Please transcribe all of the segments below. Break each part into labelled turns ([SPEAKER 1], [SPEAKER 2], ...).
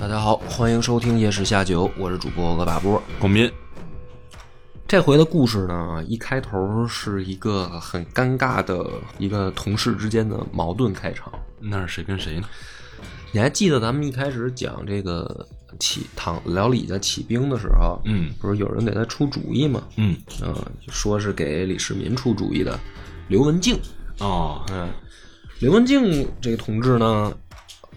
[SPEAKER 1] 大家好，欢迎收听《夜市下酒》，我是主播恶霸波。
[SPEAKER 2] 广斌，
[SPEAKER 1] 这回的故事呢，一开头是一个很尴尬的一个同事之间的矛盾开场。
[SPEAKER 2] 那是谁跟谁呢？
[SPEAKER 1] 你还记得咱们一开始讲这个起唐聊李家起兵的时候，
[SPEAKER 2] 嗯
[SPEAKER 1] 不是有人给他出主意吗？
[SPEAKER 2] 嗯，
[SPEAKER 1] 嗯、说是给李世民出主意的刘文静。
[SPEAKER 2] 哦，
[SPEAKER 1] 嗯，刘文静这个同志呢，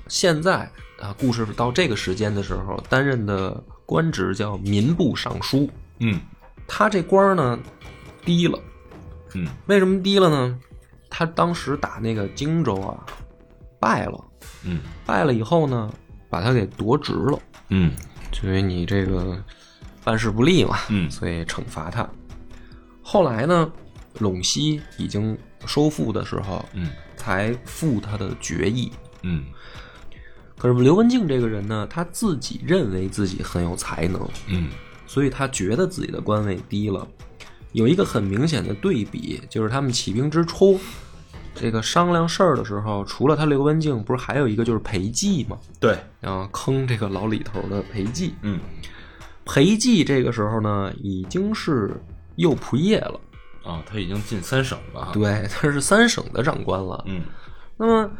[SPEAKER 1] 现在啊，故事到这个时间的时候，担任的官职叫民部尚书。
[SPEAKER 2] 嗯
[SPEAKER 1] 他这官儿呢低了，
[SPEAKER 2] 嗯，
[SPEAKER 1] 为什么低了呢？他当时打那个荆州啊，败了，
[SPEAKER 2] 嗯
[SPEAKER 1] 败了以后呢，把他给夺职了，
[SPEAKER 2] 嗯
[SPEAKER 1] 因为你这个办事不力嘛，
[SPEAKER 2] 嗯
[SPEAKER 1] 所以惩罚他。后来呢，陇西已经收复的时候，
[SPEAKER 2] 嗯
[SPEAKER 1] 才复他的爵位。
[SPEAKER 2] 嗯
[SPEAKER 1] 可是刘文静这个人呢，他自己认为自己很有才能，
[SPEAKER 2] 嗯
[SPEAKER 1] 所以他觉得自己的官位低了。有一个很明显的对比，就是他们起兵之初，这个商量事儿的时候，除了他刘文静，不是还有一个就是裴寂吗？
[SPEAKER 2] 对，
[SPEAKER 1] 啊，坑这个老李头的裴寂。
[SPEAKER 2] 嗯
[SPEAKER 1] 裴寂这个时候呢，已经是右仆射了，
[SPEAKER 2] 哦，他已经进三省了哈，
[SPEAKER 1] 对，他是三省的长官了。
[SPEAKER 2] 嗯
[SPEAKER 1] 那么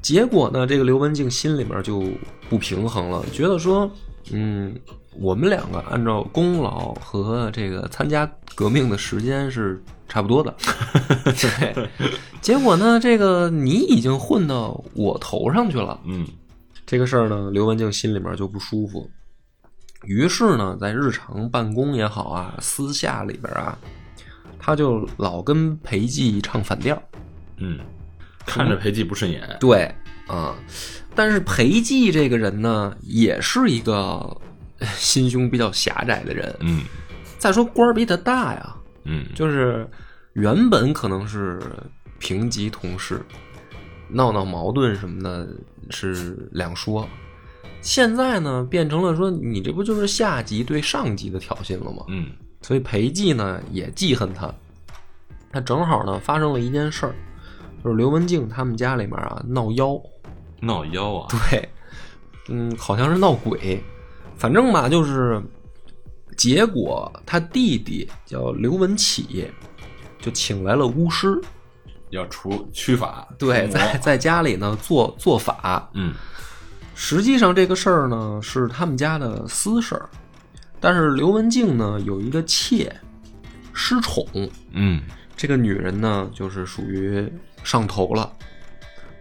[SPEAKER 1] 结果呢，这个刘文静心里面就不平衡了，觉得说，嗯，我们两个按照功劳和这个参加革命的时间是差不多的，对。结果呢，这个你已经混到我头上去了，
[SPEAKER 2] 嗯
[SPEAKER 1] 这个事儿呢，刘文静心里面就不舒服。于是呢，在日常办公也好啊，私下里边啊，他就老跟裴寂唱反调。
[SPEAKER 2] 嗯，看着裴寂不顺眼，
[SPEAKER 1] 对，啊、但是裴寂这个人呢，也是一个呃心胸比较狭窄的人。
[SPEAKER 2] 嗯
[SPEAKER 1] 再说官儿比他大呀，
[SPEAKER 2] 嗯
[SPEAKER 1] 就是原本可能是平级同事，闹闹矛盾什么的是两说，现在呢变成了说你这不就是下级对上级的挑衅了吗？
[SPEAKER 2] 嗯
[SPEAKER 1] 所以裴寂呢也记恨他，他正好呢发生了一件事儿，就是刘文静他们家里面啊闹妖，
[SPEAKER 2] 闹妖啊，
[SPEAKER 1] 对，嗯，好像是闹鬼，反正吧，就是结果他弟弟叫刘文起，就请来了巫师，嗯
[SPEAKER 2] 要除驱法，
[SPEAKER 1] 对，
[SPEAKER 2] 除魔
[SPEAKER 1] 在在家里呢做做法。
[SPEAKER 2] 嗯
[SPEAKER 1] 实际上这个事儿呢是他们家的私事儿，但是刘文静呢有一个妾失宠，
[SPEAKER 2] 嗯
[SPEAKER 1] 这个女人呢就是属于上头了，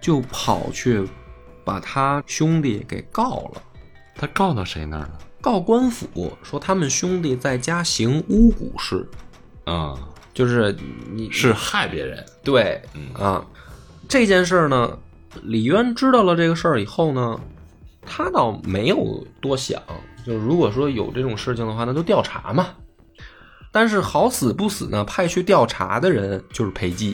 [SPEAKER 1] 就跑去把他兄弟给告了。
[SPEAKER 2] 他告到谁那儿了？
[SPEAKER 1] 告官府说他们兄弟在家行巫蛊事，
[SPEAKER 2] 啊，
[SPEAKER 1] 就是你
[SPEAKER 2] 是害别人，
[SPEAKER 1] 对
[SPEAKER 2] 嗯
[SPEAKER 1] 啊。这件事儿呢，李渊知道了这个事儿以后呢，他倒没有多想，就是如果说有这种事情的话，那就调查嘛。但是好死不死呢，派去调查的人就是裴寂。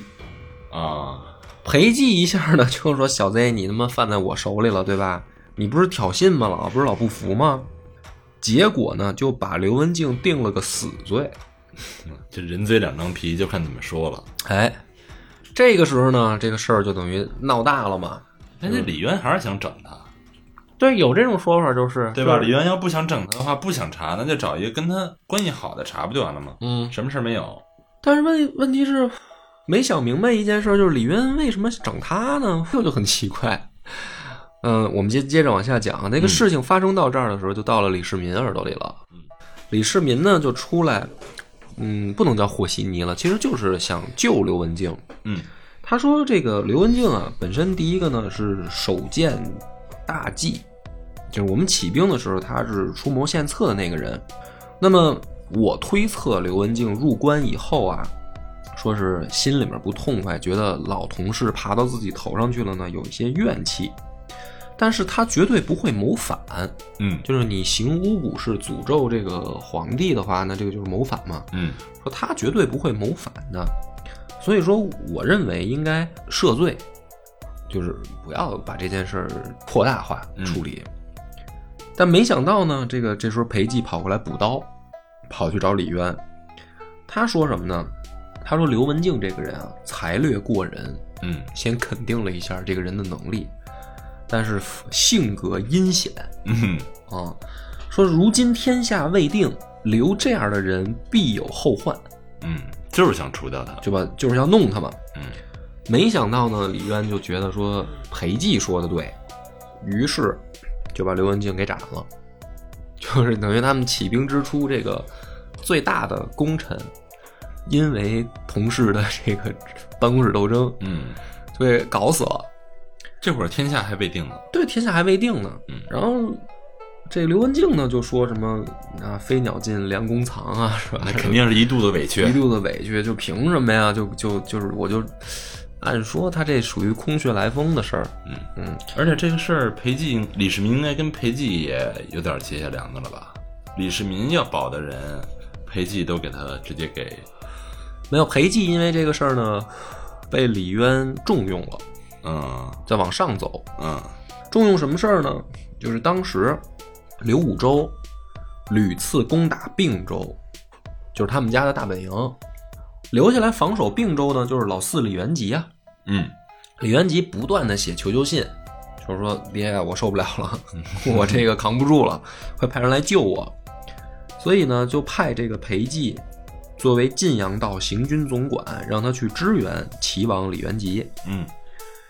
[SPEAKER 2] 啊，
[SPEAKER 1] 裴寂一下呢， 就说：“小贼，你他妈犯在我手里了，对吧？你不是挑衅吗？老不是老不服吗？”结果呢，就把刘文静定了个死罪。
[SPEAKER 2] 嗯这人嘴两张皮，就看你们说了。
[SPEAKER 1] 哎，这个时候呢，这个事儿就等于闹大了嘛。
[SPEAKER 2] 但是李渊还是想整他，
[SPEAKER 1] 对，有这种说法就是，
[SPEAKER 2] 对吧？
[SPEAKER 1] 就是
[SPEAKER 2] 李渊要不想整他的话，不想查，那就找一个跟他关系好的查不就完了吗？
[SPEAKER 1] 嗯，
[SPEAKER 2] 什么事儿没有？
[SPEAKER 1] 但是问问题是，没想明白一件事，就是李渊为什么整他呢？ 这就很奇怪。嗯，我们接接着往下讲，那个事情发生到这儿的时候，就到了李世民耳朵里了。李世民呢，就出来，嗯，不能叫和稀泥了，其实就是想救刘文静。
[SPEAKER 2] 嗯
[SPEAKER 1] 他说：“这个刘文静啊，本身第一个呢是手剑大计，就是我们起兵的时候，他是出谋献策的那个人。那么我推测刘文静入关以后啊，说是心里面不痛快，觉得老同事爬到自己头上去了呢，有一些怨气。但是他绝对不会谋反。
[SPEAKER 2] 嗯
[SPEAKER 1] 就是你行巫蛊是诅咒这个皇帝的话，那这个就是谋反嘛。
[SPEAKER 2] 嗯
[SPEAKER 1] 说他绝对不会谋反的，所以说我认为应该赦罪，就是不要把这件事儿扩大化
[SPEAKER 2] 嗯
[SPEAKER 1] 处理。但没想到呢，这个这时候裴寂跑过来补刀，跑去找李渊，他说什么呢？他说刘文静这个人啊，才略过人，
[SPEAKER 2] 嗯
[SPEAKER 1] 先肯定了一下这个人的能力，但是性格阴险，
[SPEAKER 2] 嗯
[SPEAKER 1] 啊，说如今天下未定，留这样的人必有后患，
[SPEAKER 2] 嗯，就是想除掉他。
[SPEAKER 1] 对吧？就是要弄他嘛。
[SPEAKER 2] 嗯
[SPEAKER 1] 没想到呢，李渊就觉得说裴寂说的对，于是就把刘文静给斩了。就是等于他们起兵之初，这个最大的功臣，因为同事的这个办公室斗争，
[SPEAKER 2] 嗯，
[SPEAKER 1] 就被搞死了。
[SPEAKER 2] 这会儿天下还未定呢。
[SPEAKER 1] 对，天下还未定呢。
[SPEAKER 2] 嗯
[SPEAKER 1] 然后这刘文静呢就说什么啊，飞鸟尽，良弓藏啊，是吧？
[SPEAKER 2] 那肯定是一肚子委
[SPEAKER 1] 一
[SPEAKER 2] 屈。
[SPEAKER 1] 肚子委屈，就凭什么呀？就就就是，我就按说他这属于空穴来风的事儿，
[SPEAKER 2] 嗯
[SPEAKER 1] 嗯，
[SPEAKER 2] 而且这个事儿，裴寂、李世民应该跟裴寂也有点结下梁子了吧？李世民要保的人，裴寂都给他直接给
[SPEAKER 1] 没有裴寂因为这个事儿呢，被李渊重用了，
[SPEAKER 2] 嗯
[SPEAKER 1] 再往上走，
[SPEAKER 2] 嗯
[SPEAKER 1] 重用什么事儿呢？就是当时刘武周屡次攻打并州，就是他们家的大本营，留下来防守并州呢，就是老四李元吉啊。
[SPEAKER 2] 嗯
[SPEAKER 1] 李元吉不断的写求救信，就是说爹，我受不了了， 我这个扛不住了，快派人来救我。所以呢，就派这个裴寂作为晋阳道行军总管，让他去支援齐王李元吉。
[SPEAKER 2] 嗯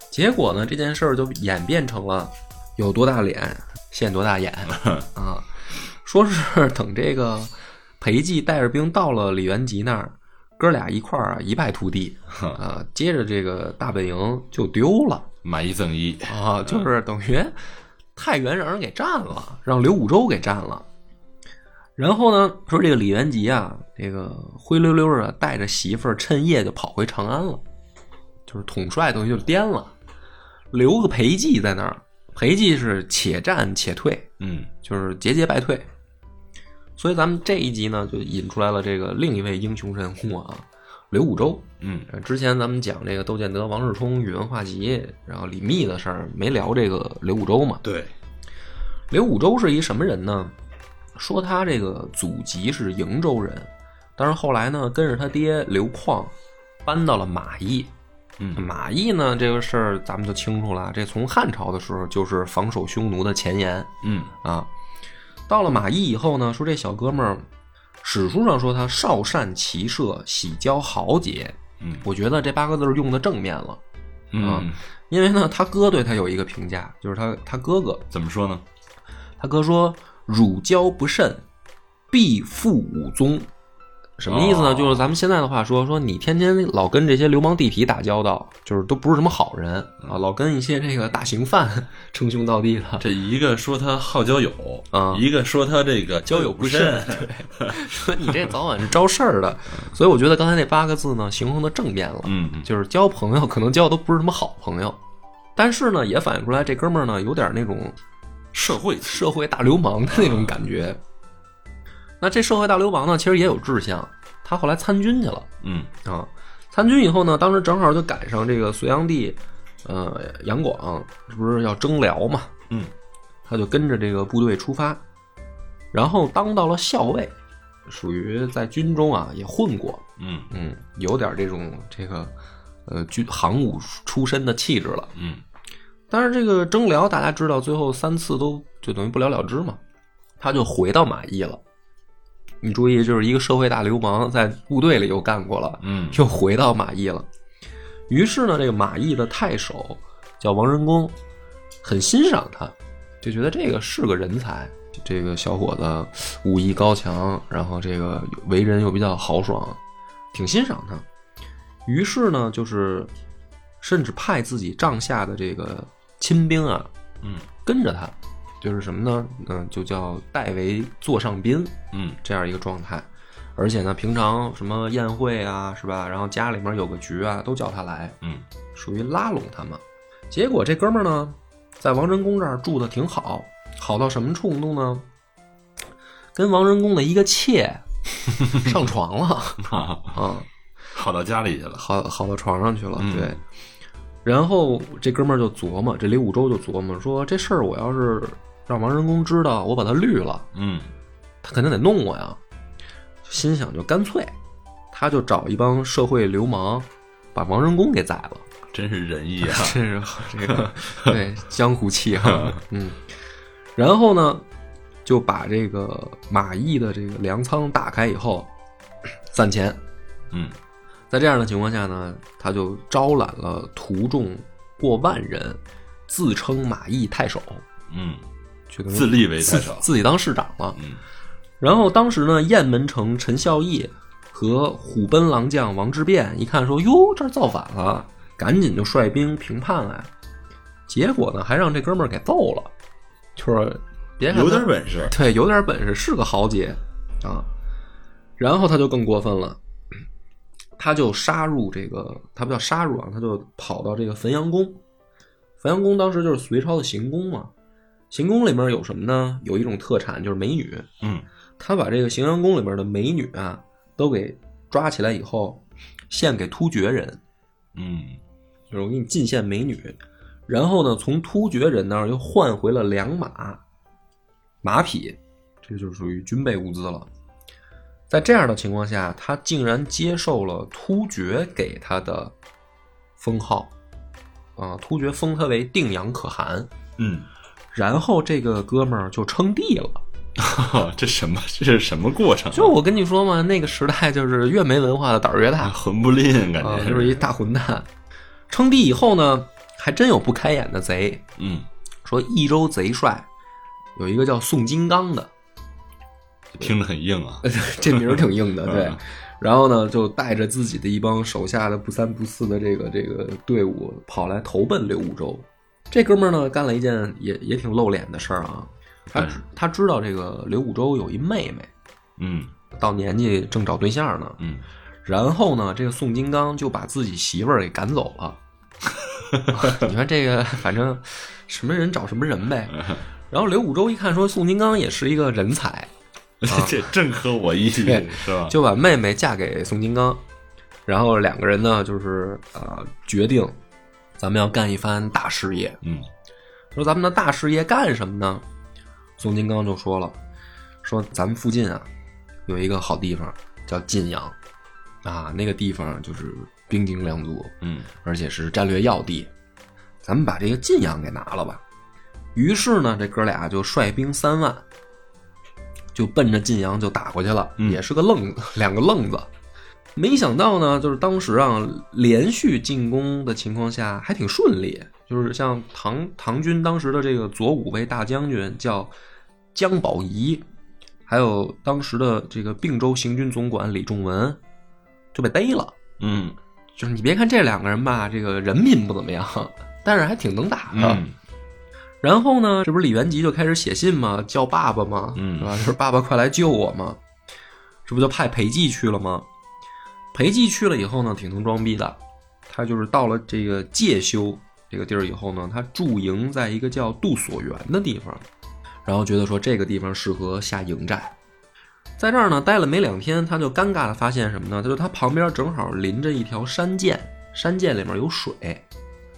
[SPEAKER 1] 结果呢，这件事儿就演变成了有多大脸现多大眼啊，说是等这个裴寂带着兵到了李元吉那儿，哥俩一块儿啊一败涂地啊，接着这个大本营就丢了
[SPEAKER 2] 买一赠一。
[SPEAKER 1] 啊，就是等于太原让人给占了，让刘武周给占了。然后呢，说这个李元吉啊，这个灰溜溜的带着媳妇儿，趁夜就跑回长安了，就是统帅等于就颠了，留个裴寂在那儿。裴寂是且战且退，
[SPEAKER 2] 嗯
[SPEAKER 1] 就是节节败退。所以咱们这一集呢，就引出来了这个另一位英雄人物啊，刘武周。
[SPEAKER 2] 嗯
[SPEAKER 1] 呃之前咱们讲这个窦建德、王世充、宇文化及，然后李密的事儿，没聊这个刘武周嘛？
[SPEAKER 2] 对，
[SPEAKER 1] 刘武周是一什么人呢？说他这个祖籍是瀛州人，但是后来呢，跟着他爹刘旷搬到了马邑。
[SPEAKER 2] 嗯
[SPEAKER 1] 马邑呢，这个事儿咱们就清楚了。这从汉朝的时候就是防守匈奴的前沿
[SPEAKER 2] 嗯
[SPEAKER 1] 啊。到了马邑以后呢，说这小哥们儿，史书上说他少善骑射，喜交豪杰。
[SPEAKER 2] 嗯
[SPEAKER 1] 我觉得这八个字儿用的正面了，
[SPEAKER 2] 嗯，
[SPEAKER 1] 因为呢，他哥对他有一个评价，就是他他哥哥
[SPEAKER 2] 怎么说呢？
[SPEAKER 1] 他哥说：“汝交不慎，必负武宗。”什么意思呢？
[SPEAKER 2] 哦
[SPEAKER 1] 就是咱们现在的话说，说你天天老跟这些流氓地痞打交道，就是都不是什么好人
[SPEAKER 2] 嗯
[SPEAKER 1] 啊，老跟一些这个大刑犯 称兄道弟的。
[SPEAKER 2] 这一个说他好交友
[SPEAKER 1] 啊
[SPEAKER 2] 一个说他这个交友不慎。
[SPEAKER 1] 说你这早晚是招事 儿的，所以我觉得刚才那八个字呢，形容的正面了，
[SPEAKER 2] 嗯嗯
[SPEAKER 1] 就是交朋友可能交的都不是什么好朋友，但是呢，也反映出来这哥们儿呢有点那种
[SPEAKER 2] 社会气
[SPEAKER 1] 社会大流氓的那种感觉。那这社会大流氓呢，其实也有志向，他后来参军去了
[SPEAKER 2] 嗯
[SPEAKER 1] 啊。参军以后呢，当时正好就赶上这个隋炀帝，呃，杨广这不是要征辽嘛，
[SPEAKER 2] 嗯
[SPEAKER 1] 他就跟着这个部队出发，然后当到了校尉，属于在军中啊也混过，
[SPEAKER 2] 嗯
[SPEAKER 1] 嗯，有点这种这个呃军行伍出身的气质了。
[SPEAKER 2] 嗯
[SPEAKER 1] 但是这个征辽，大家知道，最后三次都就等于不了了之嘛，他就回到马邑了。你注意，就是一个社会大流氓，在部队里又干过了，
[SPEAKER 2] 嗯
[SPEAKER 1] 又回到马邑了。于是呢，这个马邑的太守叫王仁恭，很欣赏他，就觉得这个是个人才，这个小伙子武艺高强，然后这个为人又比较豪爽，挺欣赏他。于是呢，就是甚至派自己帐下的这个亲兵啊，
[SPEAKER 2] 嗯
[SPEAKER 1] 跟着他，就是什么呢？嗯、就叫代为座上宾
[SPEAKER 2] 嗯
[SPEAKER 1] 这样一个状态。而且呢，平常什么宴会啊，是吧？然后家里面有个局啊，都叫他来，
[SPEAKER 2] 嗯
[SPEAKER 1] 属于拉拢他们。结果这哥们儿呢，在王仁公这儿住的挺好，好到什么程度呢？跟王仁公的一个 妾上床了
[SPEAKER 2] 啊，
[SPEAKER 1] 啊，
[SPEAKER 2] 跑到家里去了，
[SPEAKER 1] 好好到床上去了，
[SPEAKER 2] 嗯
[SPEAKER 1] 对。然后这哥们儿就琢磨，这李武周就琢磨说，这事儿我要是让王仁公知道，我把他绿了，
[SPEAKER 2] 嗯
[SPEAKER 1] 他肯定得弄我呀。心想就干脆，他就找一帮社会流氓，把王仁公给宰了。
[SPEAKER 2] 真是仁义 啊，
[SPEAKER 1] 真是 这个 对江湖气 哈，嗯。然后呢，就把这个马邑的这个粮仓打开以后，散钱。
[SPEAKER 2] 嗯
[SPEAKER 1] 在这样的情况下呢，他就招揽了徒众过万人，自称马邑太守，
[SPEAKER 2] 嗯，
[SPEAKER 1] 就等于
[SPEAKER 2] 自立为太
[SPEAKER 1] 自
[SPEAKER 2] 守，
[SPEAKER 1] 自己当市长了。
[SPEAKER 2] 嗯
[SPEAKER 1] 然后当时呢，雁门城陈孝义和虎贲郎将王之变一看说：“哟，这儿造反了！”赶紧就率兵平叛来。结果呢，还让这哥们儿给揍了。就是别看他
[SPEAKER 2] 有点本事，
[SPEAKER 1] 对，有点本事，是个豪杰啊。然后他就更过分了，他就杀入这个，他不叫杀入啊，他就跑到这个汾阳宫。汾阳宫当时就是隋朝的行宫嘛，行宫里面有什么呢？有一种特产就是美女。
[SPEAKER 2] 嗯
[SPEAKER 1] 他把这个行阳宫里面的美女啊都给抓起来以后，献给突厥人，
[SPEAKER 2] 嗯
[SPEAKER 1] 就是我给你进献美女，然后呢，从突厥人那儿又换回了良马、马匹，这就属于军备物资了。在这样的情况下，他竟然接受了突厥给他的封号，啊，突厥封他为定阳可汗，
[SPEAKER 2] 嗯，
[SPEAKER 1] 然后这个哥们儿就称帝了。
[SPEAKER 2] 这什么这是什么过程啊？
[SPEAKER 1] 就我跟你说嘛，那个时代就是越没文化的胆儿越大
[SPEAKER 2] 啊混不吝，感
[SPEAKER 1] 啊
[SPEAKER 2] 觉，
[SPEAKER 1] 就是一大混蛋。 称帝以后呢，还真有不开眼的贼，
[SPEAKER 2] 嗯
[SPEAKER 1] 说益州贼帅有一个叫宋金刚的，
[SPEAKER 2] 听着很硬啊，
[SPEAKER 1] 这名儿挺硬的，对
[SPEAKER 2] 嗯。
[SPEAKER 1] 然后呢，就带着自己的一帮手下的不三不四的这个这个队伍，跑来投奔刘武周。这哥们儿呢，干了一件也也挺露脸的事儿啊。他
[SPEAKER 2] 嗯
[SPEAKER 1] 知他知道这个刘武周有一妹妹，
[SPEAKER 2] 嗯
[SPEAKER 1] 到年纪正找对象呢。
[SPEAKER 2] 嗯，
[SPEAKER 1] 然后呢，这个宋金刚就把自己媳妇儿给赶走了。你看这个，反正什么人找什么人呗。然后刘武周一看，说宋金刚也是一个人才，
[SPEAKER 2] 这正合我意，
[SPEAKER 1] 对
[SPEAKER 2] 是吧？
[SPEAKER 1] 就把妹妹嫁给宋金刚。然后两个人呢，就是呃，决定咱们要干一番大事业。
[SPEAKER 2] 嗯
[SPEAKER 1] 说咱们的大事业干什么呢？宋金刚就说了，说咱们附近啊有一个好地方叫晋阳，啊，那个地方就是兵精粮足，
[SPEAKER 2] 嗯
[SPEAKER 1] 而且是战略要地，咱们把这个晋阳给拿了吧。于是呢，这哥俩就率兵三万，就奔着晋阳就打过去了，
[SPEAKER 2] 嗯
[SPEAKER 1] 也是个愣子，两个愣子。没想到呢，就是当时啊，连续进攻的情况下还挺顺利，就是像唐唐军当时的这个左武卫大将军叫姜保仪，还有当时的这个并州行军总管李仲文就被逮了。
[SPEAKER 2] 嗯
[SPEAKER 1] 就是你别看这两个人吧，这个人品不怎么样，但是还挺能打的。
[SPEAKER 2] 嗯
[SPEAKER 1] 然后呢，这不是李元吉就开始写信嘛，叫爸爸嘛，
[SPEAKER 2] 嗯
[SPEAKER 1] 是吧？就是爸爸快来救我嘛，这不就派裴寂去了吗？裴寂去了以后呢，挺能装逼的，他就是到了这个介休这个地儿以后呢，他驻营在一个叫杜所园的地方，然后觉得说这个地方适合下营寨。在这儿呢，待了没两天，他就尴尬的发现什么呢？他就他旁边正好临着一条山涧，山涧里面有水。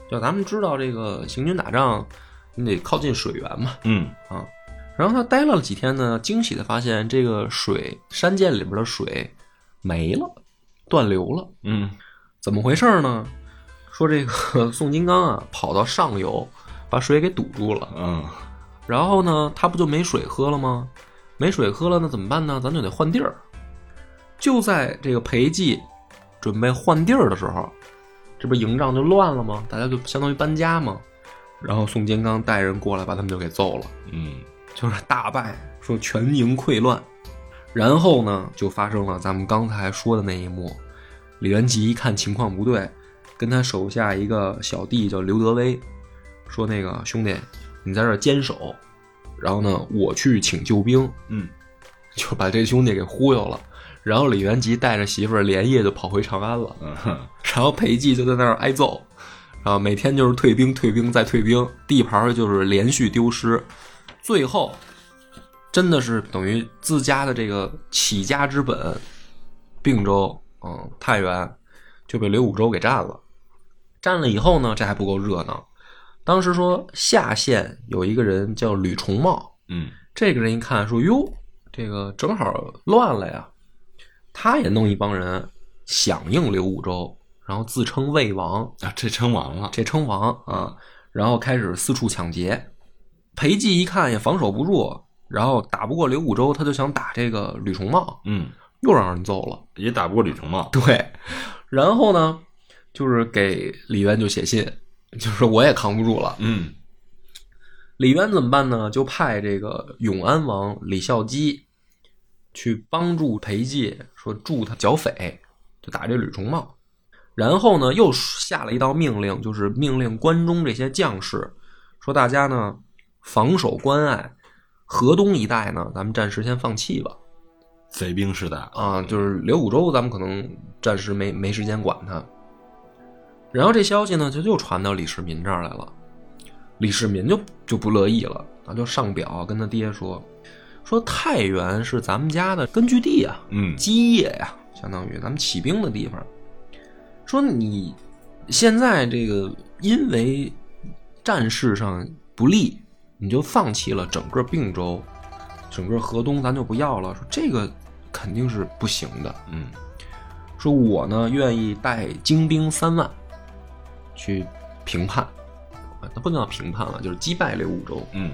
[SPEAKER 1] 就咱们知道这个行军打仗，你得靠近水源嘛
[SPEAKER 2] 嗯
[SPEAKER 1] 啊。然后他待了几天呢，惊喜的发现这个水山涧里边的水没了，断流了。
[SPEAKER 2] 嗯
[SPEAKER 1] 怎么回事呢？说这个 宋金刚啊，跑到上游把水给堵住了。
[SPEAKER 2] 嗯
[SPEAKER 1] 然后呢，他不就没水喝了吗？没水喝了，那怎么办呢？咱就得换地儿。就在这个裴寂准备换地儿的时候，这不营帐就乱了吗？大家就相当于搬家嘛。然后宋金刚带人过来，把他们就给揍了，
[SPEAKER 2] 嗯
[SPEAKER 1] 就是大败，说全营溃乱。然后呢，就发生了咱们刚才说的那一幕。李元吉一看情况不对，跟他手下一个小弟叫刘德威，说：“那个兄弟，你在这儿坚守，然后呢，我去请救兵，
[SPEAKER 2] 嗯，
[SPEAKER 1] 就把这兄弟给忽悠了。”然后李元吉带着媳妇儿连夜就跑回长安了，
[SPEAKER 2] 嗯
[SPEAKER 1] 然后裴寂就在那儿挨揍，然啊，每天就是退兵、退兵再退兵，地盘儿就是连续丢失，最后真的是等于自家的这个起家之本，并州，嗯，太原就被刘武周给占了。占了以后呢，这还不够热闹。当时说下县有一个人叫吕重茂，
[SPEAKER 2] 嗯
[SPEAKER 1] 这个人一看说：“哟，这个正好乱了呀。”他也弄一帮人响应刘武周，然后自称魏王，
[SPEAKER 2] 啊，这称王了，
[SPEAKER 1] 这称王啊，然后开始四处抢劫。裴寂一看也防守不住，然后打不过刘武周，他就想打这个吕重茂，
[SPEAKER 2] 嗯，
[SPEAKER 1] 又让人揍了。
[SPEAKER 2] 也打不过李重茂，
[SPEAKER 1] 对，然后呢，就是给李渊就写信，就是我也扛不住了，
[SPEAKER 2] 嗯
[SPEAKER 1] 李渊怎么办呢？就派这个永安王李孝基去帮助裴寂，说助他剿匪，就打这吕重茂。然后呢，又下了一道命令，就是命令关中这些将士，说大家呢防守关隘，河东一带呢，咱们暂时先放弃吧。
[SPEAKER 2] 贼兵是的，
[SPEAKER 1] 啊，就是刘武周，咱们可能暂时没没时间管他。然后这消息呢，就又传到李世民这儿来了，李世民就就不乐意了，他就上表啊跟他爹说，说太原是咱们家的根据地啊，
[SPEAKER 2] 嗯
[SPEAKER 1] 基业呀、相当于咱们起兵的地方。说你现在这个因为战事上不利，你就放弃了整个并州，整个河东咱就不要了。说这个肯定是不行的。
[SPEAKER 2] 嗯
[SPEAKER 1] 说我呢愿意带精兵三万去平叛，啊，那不能叫平叛了，就是击败刘武周。
[SPEAKER 2] 嗯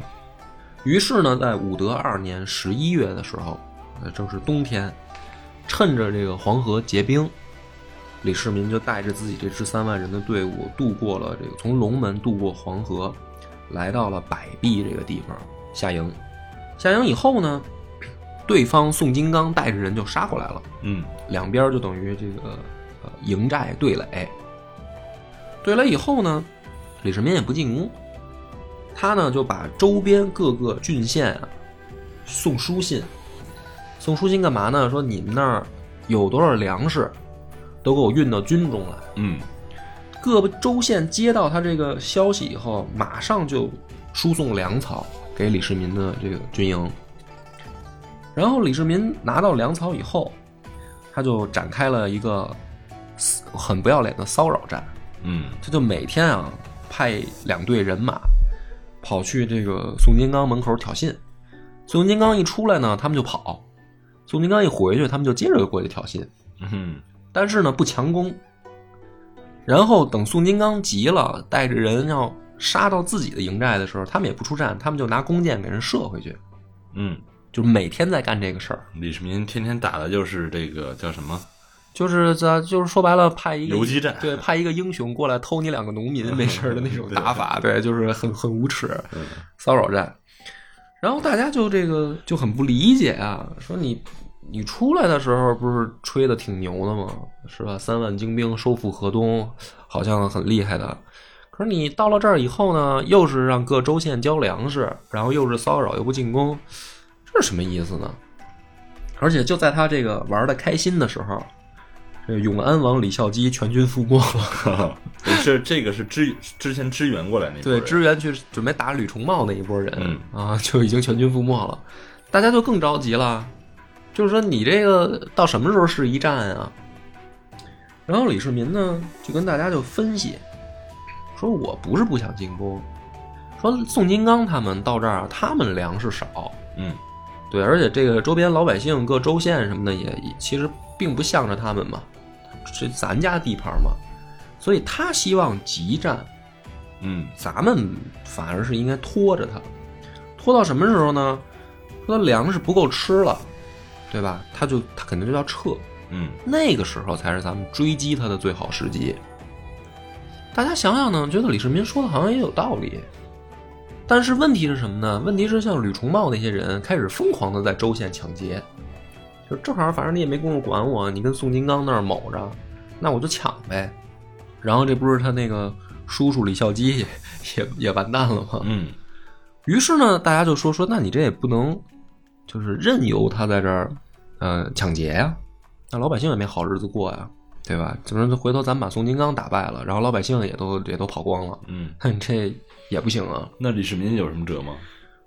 [SPEAKER 1] 于是呢，在武德二年十一月的时候，呃，正是冬天，趁着这个黄河结冰，李世民就带着自己这支三万人的队伍，渡过了这个从龙门渡过黄河，来到了百壁这个地方下营。下营以后呢，对方宋金刚带着人就杀过来了。
[SPEAKER 2] 嗯
[SPEAKER 1] 两边就等于这个呃营寨对垒。对垒以后呢，李世民也不进攻，他呢就把周边各个郡县啊送书信，送书信干嘛呢？说你们那儿有多少粮食，都给我运到军中来。
[SPEAKER 2] 嗯
[SPEAKER 1] 各个州县接到他这个消息以后，马上就输送粮草给李世民的这个军营。然后李世民拿到粮草以后，他就展开了一个嘶很不要脸的骚扰战。
[SPEAKER 2] 嗯
[SPEAKER 1] 他就每天啊派两队人马跑去这个宋金刚门口挑衅。宋金刚一出来呢，他们就跑；宋金刚一回去，他们就接着过去挑衅。
[SPEAKER 2] 嗯
[SPEAKER 1] 但是呢不强攻。然后等宋金刚急了，带着人要杀到自己的营寨的时候，他们也不出战，他们就拿弓箭给人射回去，
[SPEAKER 2] 嗯，
[SPEAKER 1] 就是每天在干这个事儿，
[SPEAKER 2] 李世民天天打的就是这个叫什么？
[SPEAKER 1] 就是在就是说白了派一个
[SPEAKER 2] 游击战
[SPEAKER 1] 对，派一个英雄过来偷你两个农民没事儿的那种打法，对，就是很很无耻
[SPEAKER 2] 嗯
[SPEAKER 1] 骚扰战。然后大家就这个就很不理解啊，说你你出来的时候不是吹的挺牛的吗？是吧？三万精兵收复河东，好像很厉害的。可是你到了这儿以后呢，又是让各州县交粮食，然后又是骚扰，又不进攻，这是什么意思呢？而且就在他这个玩的开心的时候，这永安王李孝基全军覆没了，
[SPEAKER 2] 这这个是支之前支援过来那波
[SPEAKER 1] 对，
[SPEAKER 2] 人
[SPEAKER 1] 支援去准备打吕重茂那一波人、
[SPEAKER 2] 嗯
[SPEAKER 1] 啊，就已经全军覆没了，大家就更着急了，就是说你这个到什么时候是一战啊？然后李世民呢，就跟大家就分析，说我不是不想进攻，说宋金刚他们到这儿啊，他们粮食少，
[SPEAKER 2] 嗯
[SPEAKER 1] 对，而且这个周边老百姓各州县什么的也也其实并不向着他们嘛，是咱家地盘嘛，所以他希望急战，
[SPEAKER 2] 嗯
[SPEAKER 1] 咱们反而是应该拖着他，拖到什么时候呢？说粮食不够吃了，对吧？他就他肯定就要撤，
[SPEAKER 2] 嗯
[SPEAKER 1] 那个时候才是咱们追击他的最好时机。大家想想呢，觉得李世民说的好像也有道理，但是问题是什么呢？问题是像吕重茂那些人开始疯狂的在州县抢劫，就正好反正你也没工夫管我，你跟宋金刚那儿卯着，那我就抢呗。然后这不是他那个叔叔李孝基也也也完蛋了吗？
[SPEAKER 2] 嗯
[SPEAKER 1] 于是呢，大家就说说，那你这也不能就是任由他在这儿，呃，抢劫呀、那老百姓也没好日子过呀、对吧？就是回头咱们把宋金刚打败了，然后老百姓也都也都跑光了，
[SPEAKER 2] 嗯，
[SPEAKER 1] 哼，这也不行啊。
[SPEAKER 2] 那李世民有什么辙吗？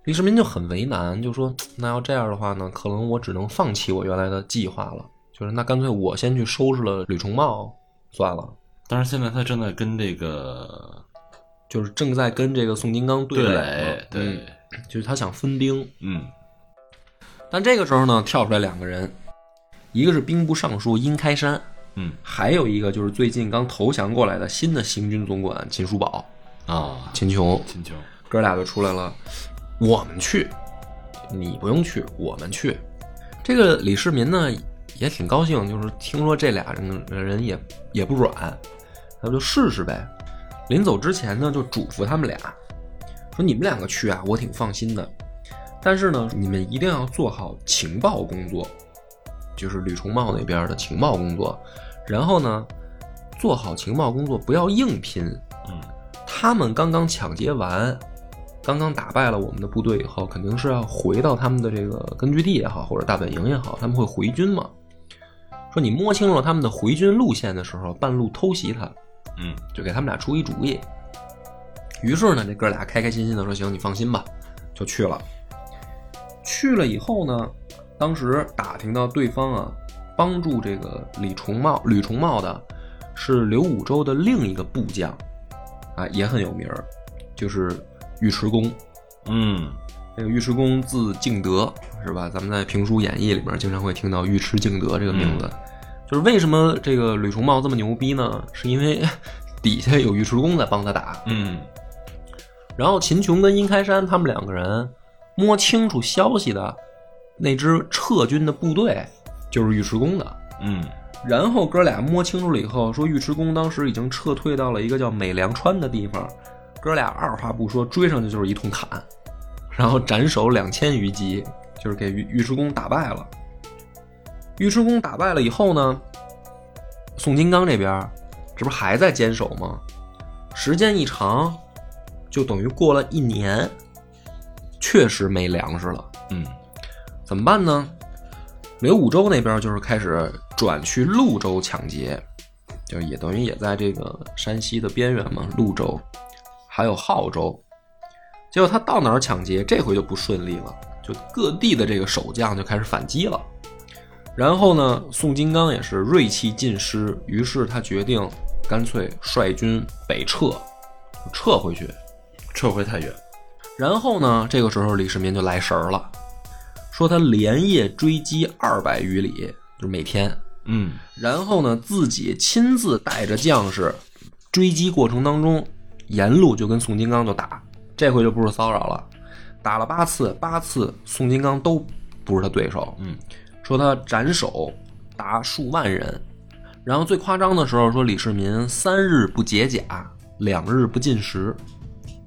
[SPEAKER 1] 李世民就很为难，就说那要这样的话呢，可能我只能放弃我原来的计划了，就是那干脆我先去收拾了吕重茂算了，
[SPEAKER 2] 但是现在他正在跟这个
[SPEAKER 1] 就是正在跟这个宋金刚对
[SPEAKER 2] 对
[SPEAKER 1] 垒
[SPEAKER 2] 垒
[SPEAKER 1] 嘛，，
[SPEAKER 2] 对，
[SPEAKER 1] 嗯就是他想分兵，
[SPEAKER 2] 嗯
[SPEAKER 1] 但这个时候呢，跳出来两个人，一个是兵部尚书殷开山，
[SPEAKER 2] 嗯
[SPEAKER 1] 还有一个就是最近刚投降过来的新的行军总管秦叔宝、
[SPEAKER 2] 啊，
[SPEAKER 1] 秦琼，
[SPEAKER 2] 秦琼，
[SPEAKER 1] 哥俩就出来了。我们去，你不用去，我们去。这个李世民呢也挺高兴，就是听说这俩人人也也不软，咱们就试试呗。临走之前呢，就嘱咐他们俩说：“你们两个去啊，我挺放心的。但是呢，你们一定要做好情报工作，就是吕重茂那边的情报工作。然后呢，做好情报工作，不要硬拼，
[SPEAKER 2] 嗯
[SPEAKER 1] 他们刚刚抢劫完，刚刚打败了我们的部队以后，肯定是要回到他们的这个根据地也好，或者大本营也好，他们会回军嘛。说你摸清了他们的回军路线的时候，半路偷袭他，
[SPEAKER 2] 嗯
[SPEAKER 1] 就给他们俩出一主意。于是呢，这哥俩开开心心的说：“行，你放心吧。”就去了。去了以后呢，当时打听到对方啊，帮助这个李重茂、吕重茂的是刘武周的另一个部将，啊，也很有名儿，就是尉迟恭。
[SPEAKER 2] 嗯，
[SPEAKER 1] 那个尉迟恭字敬德，是吧？咱们在评书演义里面经常会听到尉迟敬德这个名字。就是为什么这个吕重茂这么牛逼呢？是因为 底下有尉迟恭在帮他打。
[SPEAKER 2] 嗯
[SPEAKER 1] 然后秦琼跟殷开山他们两个人摸清楚消息的那支撤军的部队就是尉迟恭的。
[SPEAKER 2] 嗯
[SPEAKER 1] 然后哥俩摸清楚了以后，说尉迟恭当时已经撤退到了一个叫美良川的地方，哥俩二话不说追上去就是一通砍，然后斩首两千余级，就是给尉尉迟恭打败了。尉迟恭打败了以后呢，宋金刚这边这不还在坚守吗？时间一长，就等于过了一年，确实没粮食了。
[SPEAKER 2] 嗯
[SPEAKER 1] 怎么办呢？刘武周那边就是开始转去潞州抢劫，就也等于也在这个山西的边缘嘛，潞州，还有浩州。结果他到哪儿抢劫，这回就不顺利了，就各地的这个守将就开始反击了。然后呢，宋金刚也是锐气尽失，于是他决定干脆率军北撤，就撤回去，
[SPEAKER 2] 撤回太原，
[SPEAKER 1] 然后呢，这个时候李世民就来神儿了，说他连夜追击二百余里，就是每天。
[SPEAKER 2] 嗯
[SPEAKER 1] 然后呢，自己亲自带着将士，追击过程当中，沿路就跟宋金刚就打，这回就不是骚扰了，打了八次，八次宋金刚都不是他对手。
[SPEAKER 2] 嗯
[SPEAKER 1] 说他斩首达数万人，然后最夸张的时候说李世民三日不解甲，两日不进食，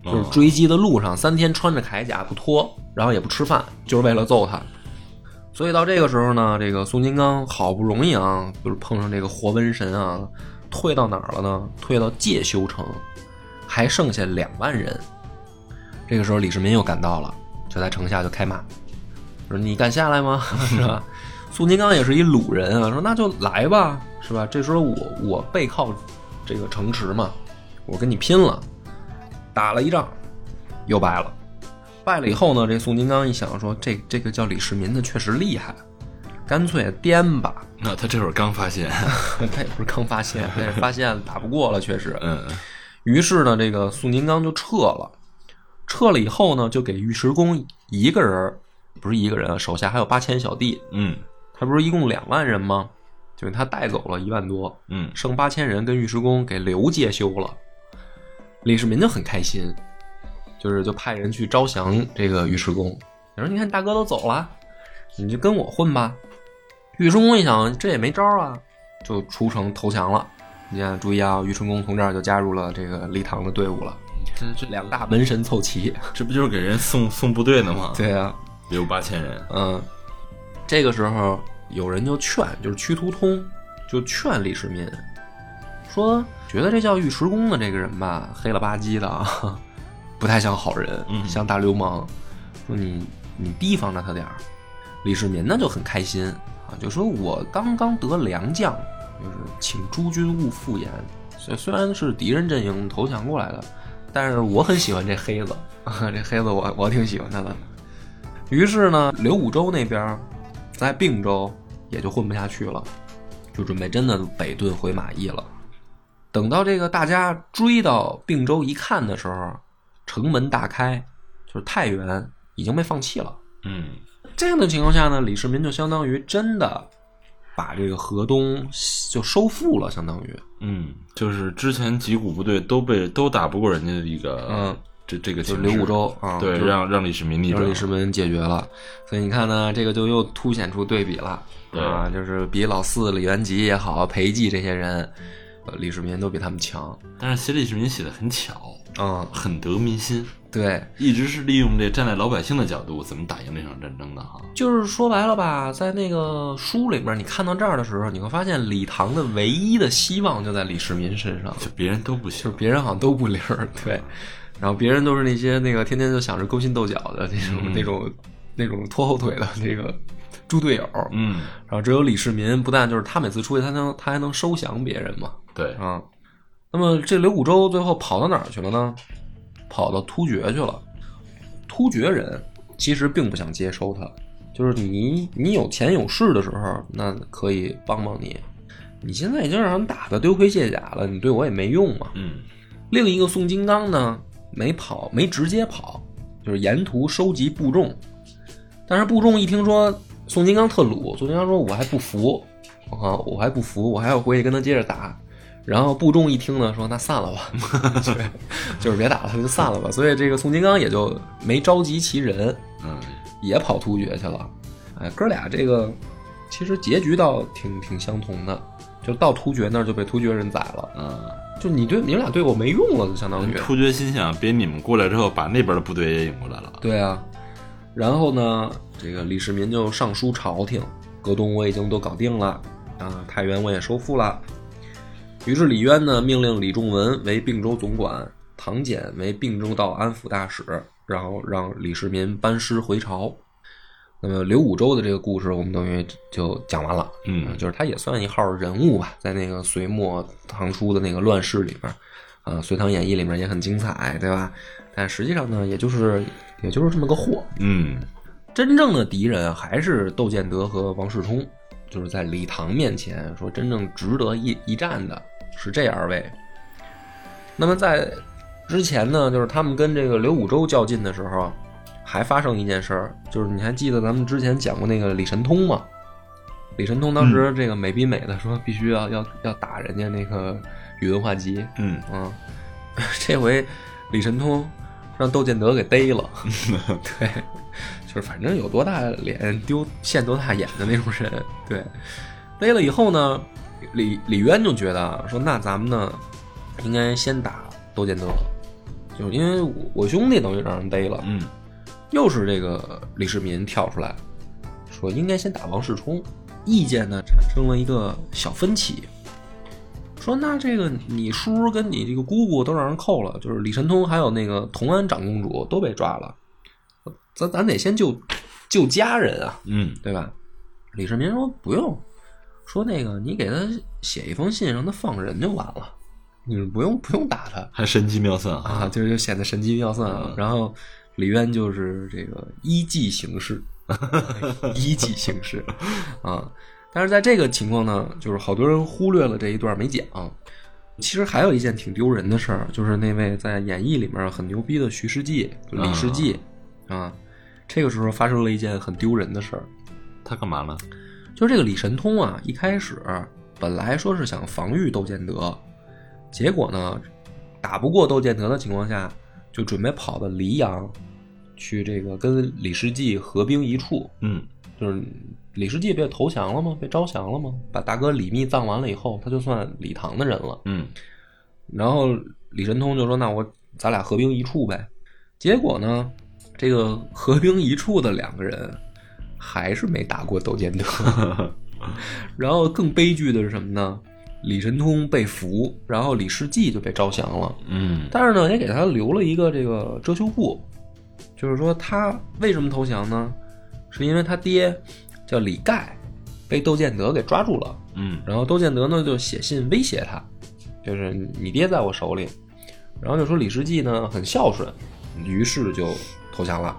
[SPEAKER 2] 哦
[SPEAKER 1] 就是追击的路上三天穿着铠甲不脱，然后也不吃饭，就是为了揍他。所以到这个时候呢，这个宋金刚好不容易啊，就是碰上这个活瘟神啊，退到哪儿了呢？退到介休城，还剩下两万人。这个时候李世民又赶到了，就在城下就开骂，说你敢下来吗？ 是吧？宋金刚也是一鲁人啊，说那就来吧，是吧？这时候我我背靠这个城池嘛，我跟你拼了！打了一仗，又败了。败了以后呢，这宋金刚一想说，这这个叫李世民的确实厉害，干脆颠吧。
[SPEAKER 2] 那他这会儿刚发现，
[SPEAKER 1] 他也不是刚发现，他也是发现打不过了，确实。
[SPEAKER 2] 嗯
[SPEAKER 1] 于是呢，这个宋金刚就撤了。撤了以后呢，就给尉迟恭一个人儿，不是一个人啊，手下还有八千小弟，
[SPEAKER 2] 嗯
[SPEAKER 1] 他不是一共两万人吗？就给他带走了一万多，
[SPEAKER 2] 嗯
[SPEAKER 1] 剩八千人跟尉迟恭给刘介休了。李世民就很开心，就是就派人去招降这个尉迟恭。你说，你看大哥都走了，你就跟我混吧。尉迟恭一想，这也没招啊，就出城投降了。你看，注意啊，尉迟恭从这儿就加入了这个李唐的队伍了，
[SPEAKER 2] 这这
[SPEAKER 1] 两大门神凑齐。
[SPEAKER 2] 这不就是给人送送部队呢吗？
[SPEAKER 1] 对啊，
[SPEAKER 2] 留八千人，
[SPEAKER 1] 嗯，这个时候有人就劝，就是屈突通就劝李世民说，觉得这叫尉迟恭的这个人吧，黑了吧唧的啊， 不太像好人，
[SPEAKER 2] 嗯
[SPEAKER 1] 像大流氓。说你你提防着他点儿。李世民呢就很开心啊，就说我刚刚得良将，就是请诸君勿复言。虽虽然是敌人阵营投降过来的，但是我很喜欢这黑子， 这黑子我我挺喜欢他的。于是呢，刘武周那边儿在并州也就混不下去了，就准备真的北遁回马邑了。等到这个大家追到并州一看的时候，城门大开，就是太原已经被放弃了。
[SPEAKER 2] 嗯，
[SPEAKER 1] 这样的情况下呢，李世民就相当于真的把这个河东就收复了，相当于
[SPEAKER 2] 嗯，就是之前几股部队都被都打不过人家的一个，
[SPEAKER 1] 嗯，
[SPEAKER 2] 这这个
[SPEAKER 1] 就
[SPEAKER 2] 形
[SPEAKER 1] 是
[SPEAKER 2] 势
[SPEAKER 1] 刘武周啊，
[SPEAKER 2] 对，
[SPEAKER 1] 就
[SPEAKER 2] 让让李世民逆
[SPEAKER 1] 让
[SPEAKER 2] 转，
[SPEAKER 1] 李世民解决了。所以你看呢，这个就又凸显出对比了
[SPEAKER 2] 对
[SPEAKER 1] 啊，就是比老四、李元吉也好，裴寂这些人，呃李世民都比他们强。
[SPEAKER 2] 但是写李世民写的很巧，
[SPEAKER 1] 嗯，
[SPEAKER 2] 很得民心，
[SPEAKER 1] 对，
[SPEAKER 2] 一直是利用这站在老百姓的角度怎么打赢这场战争的哈。
[SPEAKER 1] 就是说白了吧，在那个书里面，你看到这儿的时候，你会发现李唐的唯一的希望就在李世民身上，
[SPEAKER 2] 就别人都不
[SPEAKER 1] 就是
[SPEAKER 2] 行，
[SPEAKER 1] 别人好像都不灵儿，对，然后别人都是那些那个天天就想着勾心斗角的那种、那种那种拖后腿的那个猪队友，
[SPEAKER 2] 嗯，
[SPEAKER 1] 然后只有李世民，不但就是他每次出去，他能他还能收降别人嘛，
[SPEAKER 2] 对，
[SPEAKER 1] 啊，那么这刘古周最后跑到哪儿去了呢？跑到突厥去了。突厥人其实并不想接收他，就是你你有钱有势的时候，那可以帮帮你。你现在已经让人打的丢盔卸甲了，你对我也没用嘛。
[SPEAKER 2] 嗯
[SPEAKER 1] 另一个宋金刚呢，没跑，没直接跑，就是沿途收集部众。但是部众一听说宋金刚特鲁，宋金刚说我还不服，啊，我还不服，我还要回去跟他接着打。然后部众一听呢，说那散了吧， 就是就是别打了，就散了吧。所以这个宋金刚也就没召集齐人，
[SPEAKER 2] 嗯，
[SPEAKER 1] 也跑突厥去了。哎，哥俩这个其实结局倒挺挺相同的，就到突厥那儿就被突厥人宰了。
[SPEAKER 2] 嗯，
[SPEAKER 1] 就你对你们俩对我没用了，就相当于
[SPEAKER 2] 突厥心想，别你们过来之后把那边的部队也引过来了，
[SPEAKER 1] 对啊。然后呢，这个李世民就上书朝廷，河东我已经都搞定了啊，太原我也收复了。于是李渊呢命令李仲文为并州总管，唐俭为并州道安抚大使，然后让李世民班师回朝。那么刘武周的这个故事，我们等于就讲完了。
[SPEAKER 2] 嗯
[SPEAKER 1] 啊就是他也算一号人物吧，在那个隋末唐初的那个乱世里面，啊，《隋唐演义》里面也很精彩，对吧？但实际上呢，也就是也就是这么个货。
[SPEAKER 2] 嗯
[SPEAKER 1] 真正的敌人还是窦建德和王世充，就是在李唐面前说真正值得一一战的是这二位。那么在之前呢，就是他们跟这个刘武周较劲的时候，啊还发生一件事儿，就是你还记得咱们之前讲过那个李神通吗？李神通当时这个美逼美的说必须要要要打人家那个宇文化及，
[SPEAKER 2] 嗯，
[SPEAKER 1] 嗯， 这回李神通让窦建德给逮了，对， 就是反正有多大脸丢现多大眼的那种人，对，逮了以后呢，李李渊就觉得啊说那咱们呢应该先打窦建德，就是因为我我兄弟等于让人逮了，
[SPEAKER 2] 嗯
[SPEAKER 1] 又是这个李世民跳出来说应该先打王世充，意见呢产生了一个小分歧，说那这个你叔跟你这个姑姑都让人扣了，就是李神通还有那个同安长公主都被抓了，咱咱得先救救家人啊，
[SPEAKER 2] 嗯
[SPEAKER 1] 对吧？李世民说不用，说那个你给他写一封信让他放人就完了，你不用不用打他，
[SPEAKER 2] 还神机妙算啊，
[SPEAKER 1] 啊，就是就显得神机妙算啊。
[SPEAKER 2] 嗯
[SPEAKER 1] 然后李渊就是这个依计行事， 依计行事啊。但是在这个情况呢，就是好多人忽略了这一段没讲。其实还有一件挺丢人的事儿，就是那位在演义里面很牛逼的徐世绩，就李世绩啊，这个时候发生了一件很丢人的事儿，
[SPEAKER 2] 他干嘛了？
[SPEAKER 1] 就是这个李神通啊，一开始本来说是想防御窦建德，结果呢，打不过窦建德的情况下，就准备跑到黎阳，去这个跟李世济合兵一处。
[SPEAKER 2] 嗯
[SPEAKER 1] 就是李世济被投降了吗？被招降了吗？把大哥李密葬完了以后，他就算李唐的人了。
[SPEAKER 2] 嗯
[SPEAKER 1] 然后李神通就说：“那我咱俩合兵一处呗。”结果呢，这个合兵一处的两个人还是没打过窦建德。 然后更悲剧的是什么呢？李神通被俘，然后李世济就被招降了。
[SPEAKER 2] 嗯
[SPEAKER 1] 但是呢，也给他留了一个这个遮羞布，就是说他为什么投降呢？是因为他爹叫李盖，被窦建德给抓住了。
[SPEAKER 2] 嗯
[SPEAKER 1] 然后窦建德呢就写信威胁他，就是你爹在我手里，然后就说李世济呢很孝顺，于是就投降了。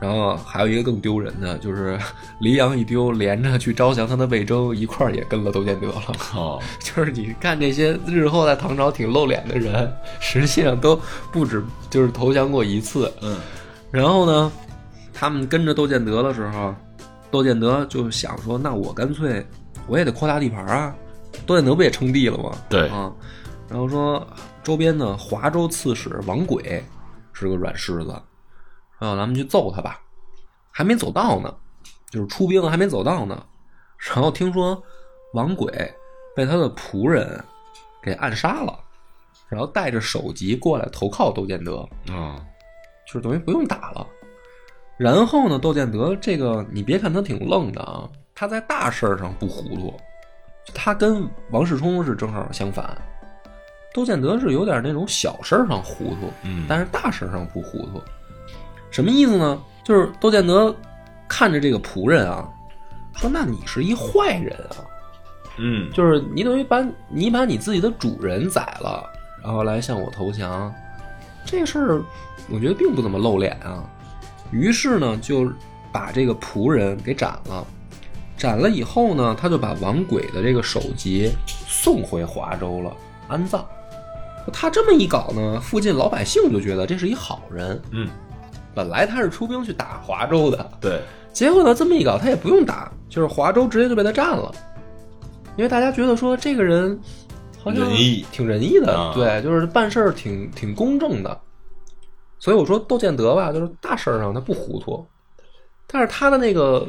[SPEAKER 1] 然后还有一个更丢人的，就是 黎阳一丢，连着去招降他的魏征一块儿也跟了窦建德了。
[SPEAKER 2] 哦，
[SPEAKER 1] 就是你看这些日后在唐朝挺露脸的人，实际上都不止就是投降过一次。
[SPEAKER 2] 嗯
[SPEAKER 1] 然后呢，他们跟着窦建德的时候，窦建德就想说，那我干脆我也得扩大地盘啊。窦建德不也称帝了吗？
[SPEAKER 2] 对
[SPEAKER 1] 啊，然后说周边的华州刺史王轨是个软柿子，然后咱们去揍他吧。还没走到呢，就是出兵了还没走到呢，然后听说王轨被他的仆人给暗杀了，然后带着首级过来投靠窦建德。
[SPEAKER 2] 哦，
[SPEAKER 1] 就是等于不用打了。然后呢，窦建德这个你别看他挺愣的啊，他在大事儿上不糊涂，他跟王世充是正好相反。窦建德是有点那种小事儿上糊涂，
[SPEAKER 2] 嗯
[SPEAKER 1] 但是大事儿上不糊涂。什么意思呢？就是窦建德看着这个仆人啊，说：“那你是一坏人啊，
[SPEAKER 2] 嗯
[SPEAKER 1] 就是你等于把你把你自己的主人宰了，然后来向我投降，这事儿我觉得并不怎么露脸啊。于是呢，就把这个仆人给斩了。斩了以后呢，他就把王轨的这个首级送回华州了，安葬。他这么一搞呢，附近老百姓就觉得这是一好人。
[SPEAKER 2] 嗯，
[SPEAKER 1] 本来他是出兵去打华州的，
[SPEAKER 2] 对，
[SPEAKER 1] 结果呢，这么一搞，他也不用打，就是华州直接就被他占了，因为大家觉得说这个人好像
[SPEAKER 2] 仁义
[SPEAKER 1] 挺仁义的，
[SPEAKER 2] 啊
[SPEAKER 1] 对，就是办事儿挺挺公正的。所以我说窦建德吧，就是大事儿上他不糊涂，但是他的那个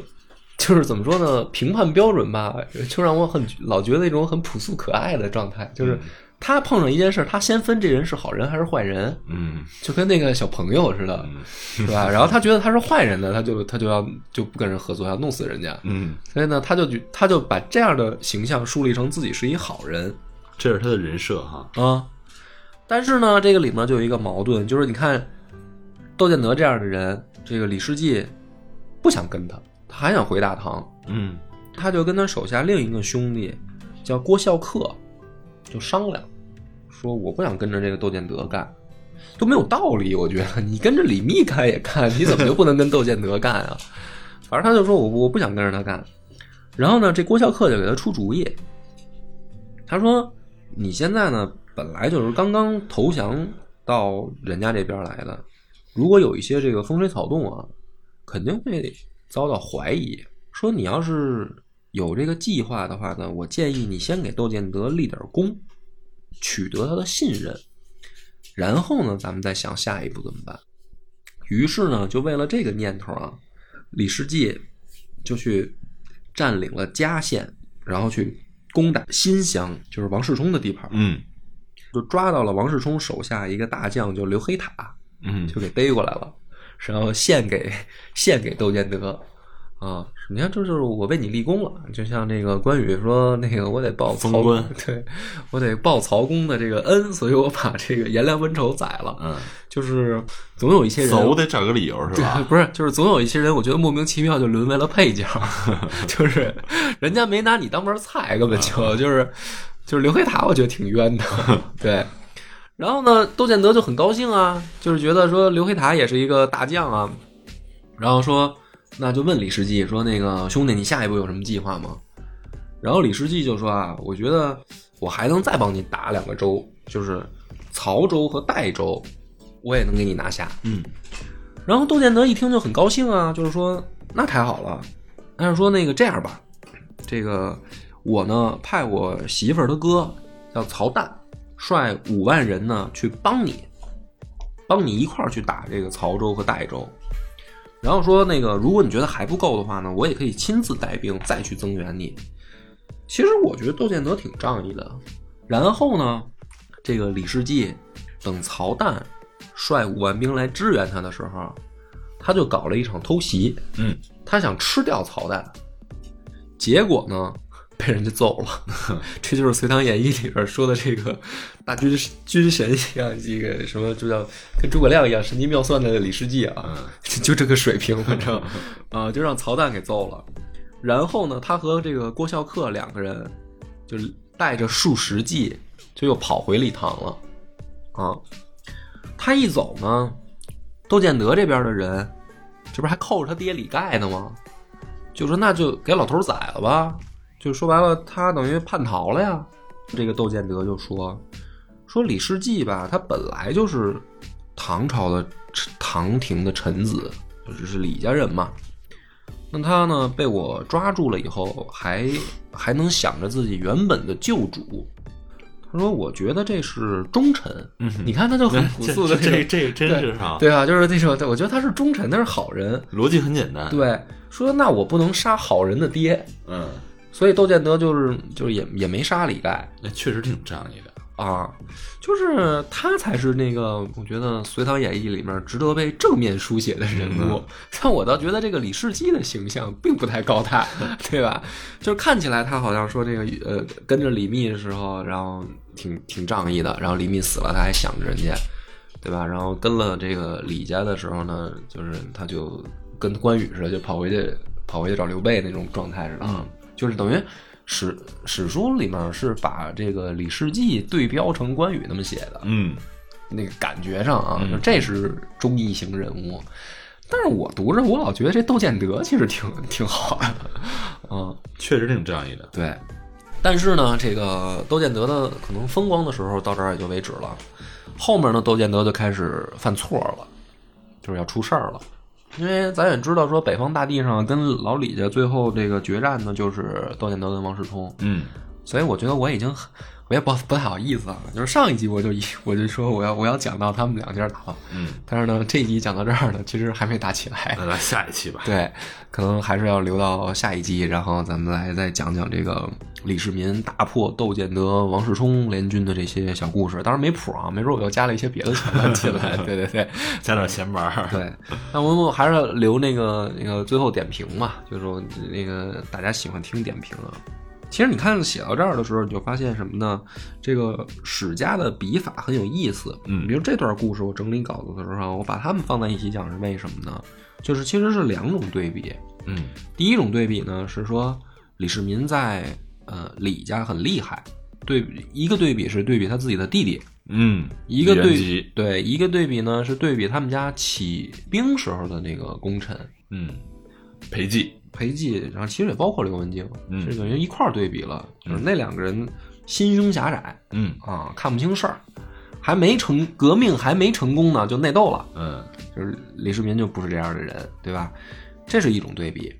[SPEAKER 1] 就是怎么说呢，评判标准吧，就让我很老觉得一种很朴素可爱的状态，
[SPEAKER 2] 嗯
[SPEAKER 1] 就是他碰上一件事儿，他先分这人是好人还是坏人，
[SPEAKER 2] 嗯
[SPEAKER 1] 就跟那个小朋友似的，
[SPEAKER 2] 嗯
[SPEAKER 1] 是吧？然后他觉得他是坏人呢，他就他就要就不跟人合作，要弄死人家。
[SPEAKER 2] 嗯，
[SPEAKER 1] 所以呢，他就觉他就把这样的形象树立成自己是一好人
[SPEAKER 2] 这是他的人设哈。
[SPEAKER 1] 啊。但是呢，这个里面就有一个矛盾，就是你看窦建德这样的人，这个李世济不想跟他，他还想回大唐，
[SPEAKER 2] 嗯
[SPEAKER 1] 他就跟他手下另一个兄弟叫郭孝恪就商量，说我不想跟着这个窦建德干，都没有道理。我觉得 你跟着李密干也干，你怎么就不能跟窦建德干啊？ 反正他就说我我不想跟着他干。然后呢，这郭孝恪就给他出主意，他说你现在呢本来就是刚刚投降到人家这边来的，如果有一些这个风吹草动啊，肯定会遭到怀疑。说你要是有这个计划的话呢，我建议你先给窦建德立点功，取得他的信任，然后呢，咱们再想下一步怎么办。于是呢，就为了这个念头啊，李世济就去占领了嘉县，然后去攻打新乡，就是王世充的地盘，
[SPEAKER 2] 嗯
[SPEAKER 1] 就抓到了王世充手下一个大将，叫刘黑塔。
[SPEAKER 2] 嗯
[SPEAKER 1] 就给逮过来了，然后献给献给窦建德啊！你看，这就是我为你立功了，就像那个关羽说，那个我得报
[SPEAKER 2] 封
[SPEAKER 1] 曹
[SPEAKER 2] 官，
[SPEAKER 1] 对我得报曹公的这个恩，所以我把这个颜良文丑宰了。
[SPEAKER 2] 嗯，
[SPEAKER 1] 就是总有一些人，
[SPEAKER 2] 走得找个理由是 吧？
[SPEAKER 1] 不是，就是总有一些人，我觉得莫名其妙就沦为了配角，就是人家没拿你当盘菜，根本就就是就是刘黑塔，我觉得挺冤的，对。然后呢，窦建德就很高兴啊，就是觉得说刘黑塔也是一个大将啊，然后说那就问李世济说那个兄弟，你下一步有什么计划吗？然后李世济就说啊，我觉得我还能再帮你打两个州，就是曹州和代州，我也能给你拿下。
[SPEAKER 2] 嗯
[SPEAKER 1] 然后窦建德一听就很高兴啊，就是说那太好了。但是说那个这样吧，这个我呢派我媳妇儿她哥叫曹旦，率五万人呢去帮你，帮你一块儿去打这个曹州和代州。然后说那个如果你觉得还不够的话呢，我也可以亲自带兵再去增援你。其实我觉得窦建德挺仗义的。然后呢，这个李世济等曹旦率五万兵来支援他的时候，他就搞了一场偷袭，
[SPEAKER 2] 嗯，
[SPEAKER 1] 他想吃掉曹旦，结果呢被人家揍了。这就是《隋唐演义》里边说的这个大军军神一样，这个什么就叫跟诸葛亮一样神机 呃妙算的李世济啊，就这个水平，反正啊、就让曹旦给揍了。然后呢，他和这个郭孝恪两个人就带着数十计，就又跑回礼堂了。啊，他一走呢，窦建德这边的人，这不是还扣着他爹李盖呢吗？就说那就给老头儿宰了吧。就说白了，他等于叛逃了呀。这个窦建德就说说李世济吧，他本来就是唐朝的唐廷的臣子，就是是李家人嘛。那他呢被我抓住了以后，还还能想着自己原本的救主。他说：“我觉得这是忠臣。
[SPEAKER 2] 嗯哼
[SPEAKER 1] 你看他就很朴素的
[SPEAKER 2] 这
[SPEAKER 1] 种
[SPEAKER 2] 这这真是啊，
[SPEAKER 1] 对啊，就是那种，我觉得他是忠臣，他是好人。
[SPEAKER 2] 逻辑很简单。，
[SPEAKER 1] 对，说那我不能杀好人的爹，
[SPEAKER 2] 嗯，
[SPEAKER 1] 所以窦建德就是就是也也没杀李盖
[SPEAKER 2] 那哎确实挺仗义的。
[SPEAKER 1] 啊，就是他才是那个我觉得《隋唐演义》里面值得被正面书写的人
[SPEAKER 2] 嗯
[SPEAKER 1] 物。 但我倒觉得这个李世基的形象并不太高 大，对吧？就是看起来他好像说这个呃跟着李密的时候，然后挺挺仗义的，然后李密死了他还想着人家，对吧？然后跟了这个李家的时候呢，就是他就跟关羽似的，就跑回去跑回去找刘备那种状态似的，啊，就是等于史史书里面是把这个李世济对标成关羽那么写的，
[SPEAKER 2] 嗯，
[SPEAKER 1] 那个感觉上啊，
[SPEAKER 2] 嗯
[SPEAKER 1] 就这是忠义型人物。但是我读着，我老觉得这窦建德其实挺挺好的，嗯，
[SPEAKER 2] 确实挺仗义的。
[SPEAKER 1] 对。但是呢，这个窦建德的可能风光的时候到这儿也就为止了。后面呢，窦建德就开始犯错了，就是要出事儿了。因为咱也知道，说北方大地上跟老李家最后这个决战呢，就是窦建德跟王世充。
[SPEAKER 2] 嗯，
[SPEAKER 1] 所以我觉得我已经很我也不不太好意思啊，就是上一集我就一我就说我要我要讲到他们两家打了，
[SPEAKER 2] 嗯，
[SPEAKER 1] 但是呢这一集讲到这儿呢，其实还没打起来，
[SPEAKER 2] 那来下一期吧。
[SPEAKER 1] 对，可能还是要留到下一集，然后咱们来再讲讲这个李世民打破窦建德、王世充联军的这些小故事。当然没谱啊，没准我又加了一些别的桥段进来。对对对
[SPEAKER 2] 加点闲玩儿。
[SPEAKER 1] 对，那我们还是要留那个那个最后点评嘛，就是说那个大家喜欢听点评啊。其实你看写到这儿的时候，你就发现什么呢？这个史家的笔法很有意思。
[SPEAKER 2] 嗯
[SPEAKER 1] 比如这段故事，我整理稿子的时候，我把它们放在一起讲是为什么呢？就是其实是两种对比。
[SPEAKER 2] 嗯
[SPEAKER 1] 第一种对比呢是说李世民在呃李家很厉害，对比一个对比是对比他自己的弟弟，
[SPEAKER 2] 嗯，
[SPEAKER 1] 一个
[SPEAKER 2] 李元
[SPEAKER 1] 对
[SPEAKER 2] 吉
[SPEAKER 1] 对一个对比呢是对比他们家起兵时候的那个功臣
[SPEAKER 2] 嗯，裴寂。
[SPEAKER 1] 裴寂，然后其实也包括刘文静，
[SPEAKER 2] 嗯
[SPEAKER 1] 这等于一块儿对比了，就是
[SPEAKER 2] 嗯
[SPEAKER 1] 那两个人心胸狭窄
[SPEAKER 2] 嗯
[SPEAKER 1] 啊，看不清事儿，还没成革命还没成功呢就内斗了。
[SPEAKER 2] 嗯
[SPEAKER 1] 就是李世民就不是这样的人，对吧？这是一种对比。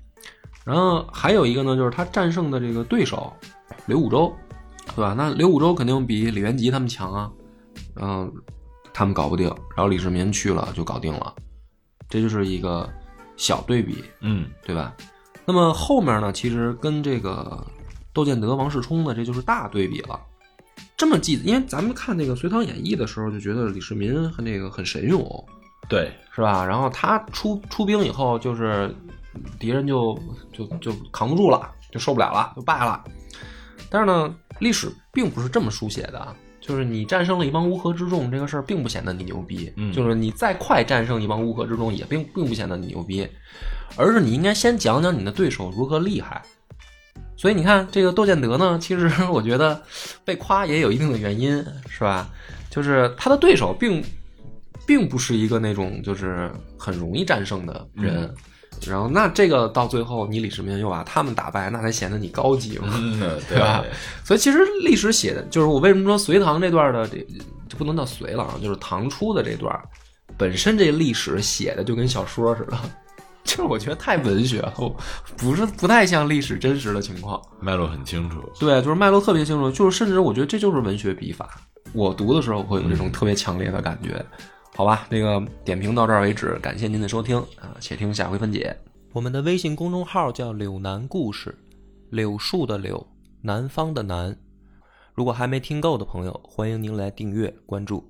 [SPEAKER 1] 然后还有一个呢，就是他战胜的这个对手刘武周，对吧？那刘武周肯定比李元吉他们强啊，然后他们搞不定，然后李世民去了就搞定了，这就是一个小对比，
[SPEAKER 2] 嗯
[SPEAKER 1] 对吧？那么后面呢，其实跟这个窦建德、王世充的这就是大对比了。这么记，因为咱们看那个《隋唐演义》的时候，就觉得李世民和那个很神勇，
[SPEAKER 2] 对，
[SPEAKER 1] 是吧？然后他出出兵以后，就是敌人就就就扛不住了，就受不了了，就败了。但是呢，历史并不是这么书写的啊，就是你战胜了一帮乌合之众，这个事儿并不显得你牛逼。
[SPEAKER 2] 嗯
[SPEAKER 1] 就是你再快战胜一帮乌合之众，也并并不显得你牛逼，而是你应该先讲讲你的对手如何厉害。所以你看，这个窦建德呢，其实 我觉得被夸也有一定的原因，是吧？就是他的对手并并不是一个那种就是很容易战胜的人。
[SPEAKER 2] 嗯
[SPEAKER 1] 然后，那这个到最后，你李世民又把他们打败，那才显得你高级 嘛。
[SPEAKER 2] 嗯 对
[SPEAKER 1] 对吧所以其实历史写的就是我为什么说隋唐这段的这就不能叫隋了啊，就是唐初的这段本身这历史写的就跟小说似的， 就是我觉得太文学了，我不是不太像历史真实的情况。
[SPEAKER 2] 脉络很清楚。
[SPEAKER 1] 对，就是脉络特别清楚，就是甚至我觉得这就是文学笔法。我读的时候会有这种特别强烈的感觉。好吧，这个点评到这儿为止，感谢您的收听啊，且听下回分解。我们的微信公众号叫“柳南故事”，柳树的柳，南方的南。如果还没听够的朋友，欢迎您来订阅关注。